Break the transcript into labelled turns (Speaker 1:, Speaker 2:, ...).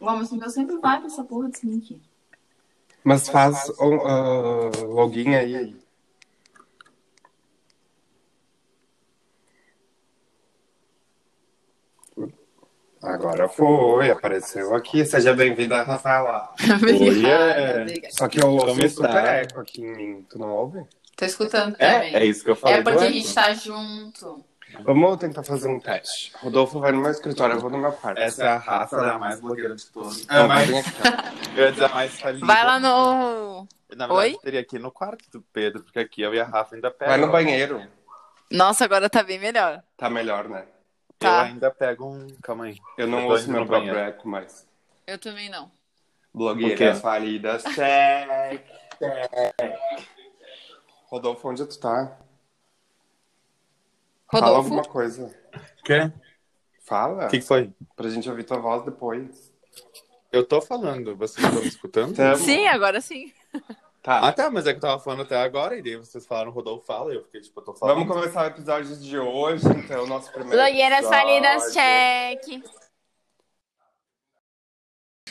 Speaker 1: O Amazon Deus sempre vai pra essa porra desse link.
Speaker 2: Mas faz ó, ah, login aí. Agora foi, apareceu aqui. Seja bem-vinda, Rafaela.
Speaker 3: é.
Speaker 1: Obrigada, obrigada.
Speaker 2: Só que eu
Speaker 3: Como
Speaker 2: ouvi
Speaker 3: está?
Speaker 2: é super eco aqui em mim. Tu não ouve?
Speaker 1: Tô escutando também.
Speaker 3: É, é isso que eu falei.
Speaker 1: É porque a
Speaker 3: do
Speaker 1: gente
Speaker 3: Eco.
Speaker 1: tá junto.
Speaker 2: Vamos tentar fazer um teste. Rodolfo vai no meu escritório, eu vou no meu quarto.
Speaker 3: Essa é a raça da
Speaker 2: né?
Speaker 3: mais blogueira de todos.
Speaker 2: Ah,
Speaker 3: É, mas
Speaker 2: vem aqui.
Speaker 3: eu ia dizer a mais falida.
Speaker 4: Vai lá no.
Speaker 3: Na verdade,
Speaker 4: Oi?
Speaker 3: teria aqui no quarto do Pedro, porque aqui eu e a Rafa ainda pegam.
Speaker 2: Vai no banheiro.
Speaker 4: Nossa, agora tá bem melhor.
Speaker 2: Tá melhor, né?
Speaker 3: Eu
Speaker 4: Tá.
Speaker 3: ainda pego um. Calma aí.
Speaker 2: Eu não
Speaker 3: Eu tô
Speaker 2: ouço
Speaker 3: indo
Speaker 2: meu
Speaker 3: no
Speaker 2: próprio
Speaker 3: banheiro.
Speaker 2: eco mais.
Speaker 4: Eu também não.
Speaker 3: Por quê?
Speaker 2: Blogueira falida, check, check. Rodolfo, onde tu tá? Fala
Speaker 4: Rodolfo?
Speaker 2: alguma coisa.
Speaker 3: Quê?
Speaker 2: Fala.
Speaker 3: O que, que foi?
Speaker 2: Pra gente ouvir tua voz depois.
Speaker 3: Eu tô falando, vocês estão me escutando?
Speaker 2: Tamo.
Speaker 4: Sim, agora sim.
Speaker 2: Tá.
Speaker 3: Ah, tá, mas é que eu tava falando até agora, e daí vocês falaram Rodolfo fala, e eu fiquei tipo, eu tô falando.
Speaker 2: Vamos começar o episódio de hoje, então, nosso primeiro
Speaker 4: Blogueiras
Speaker 2: episódio.
Speaker 4: falidas, check.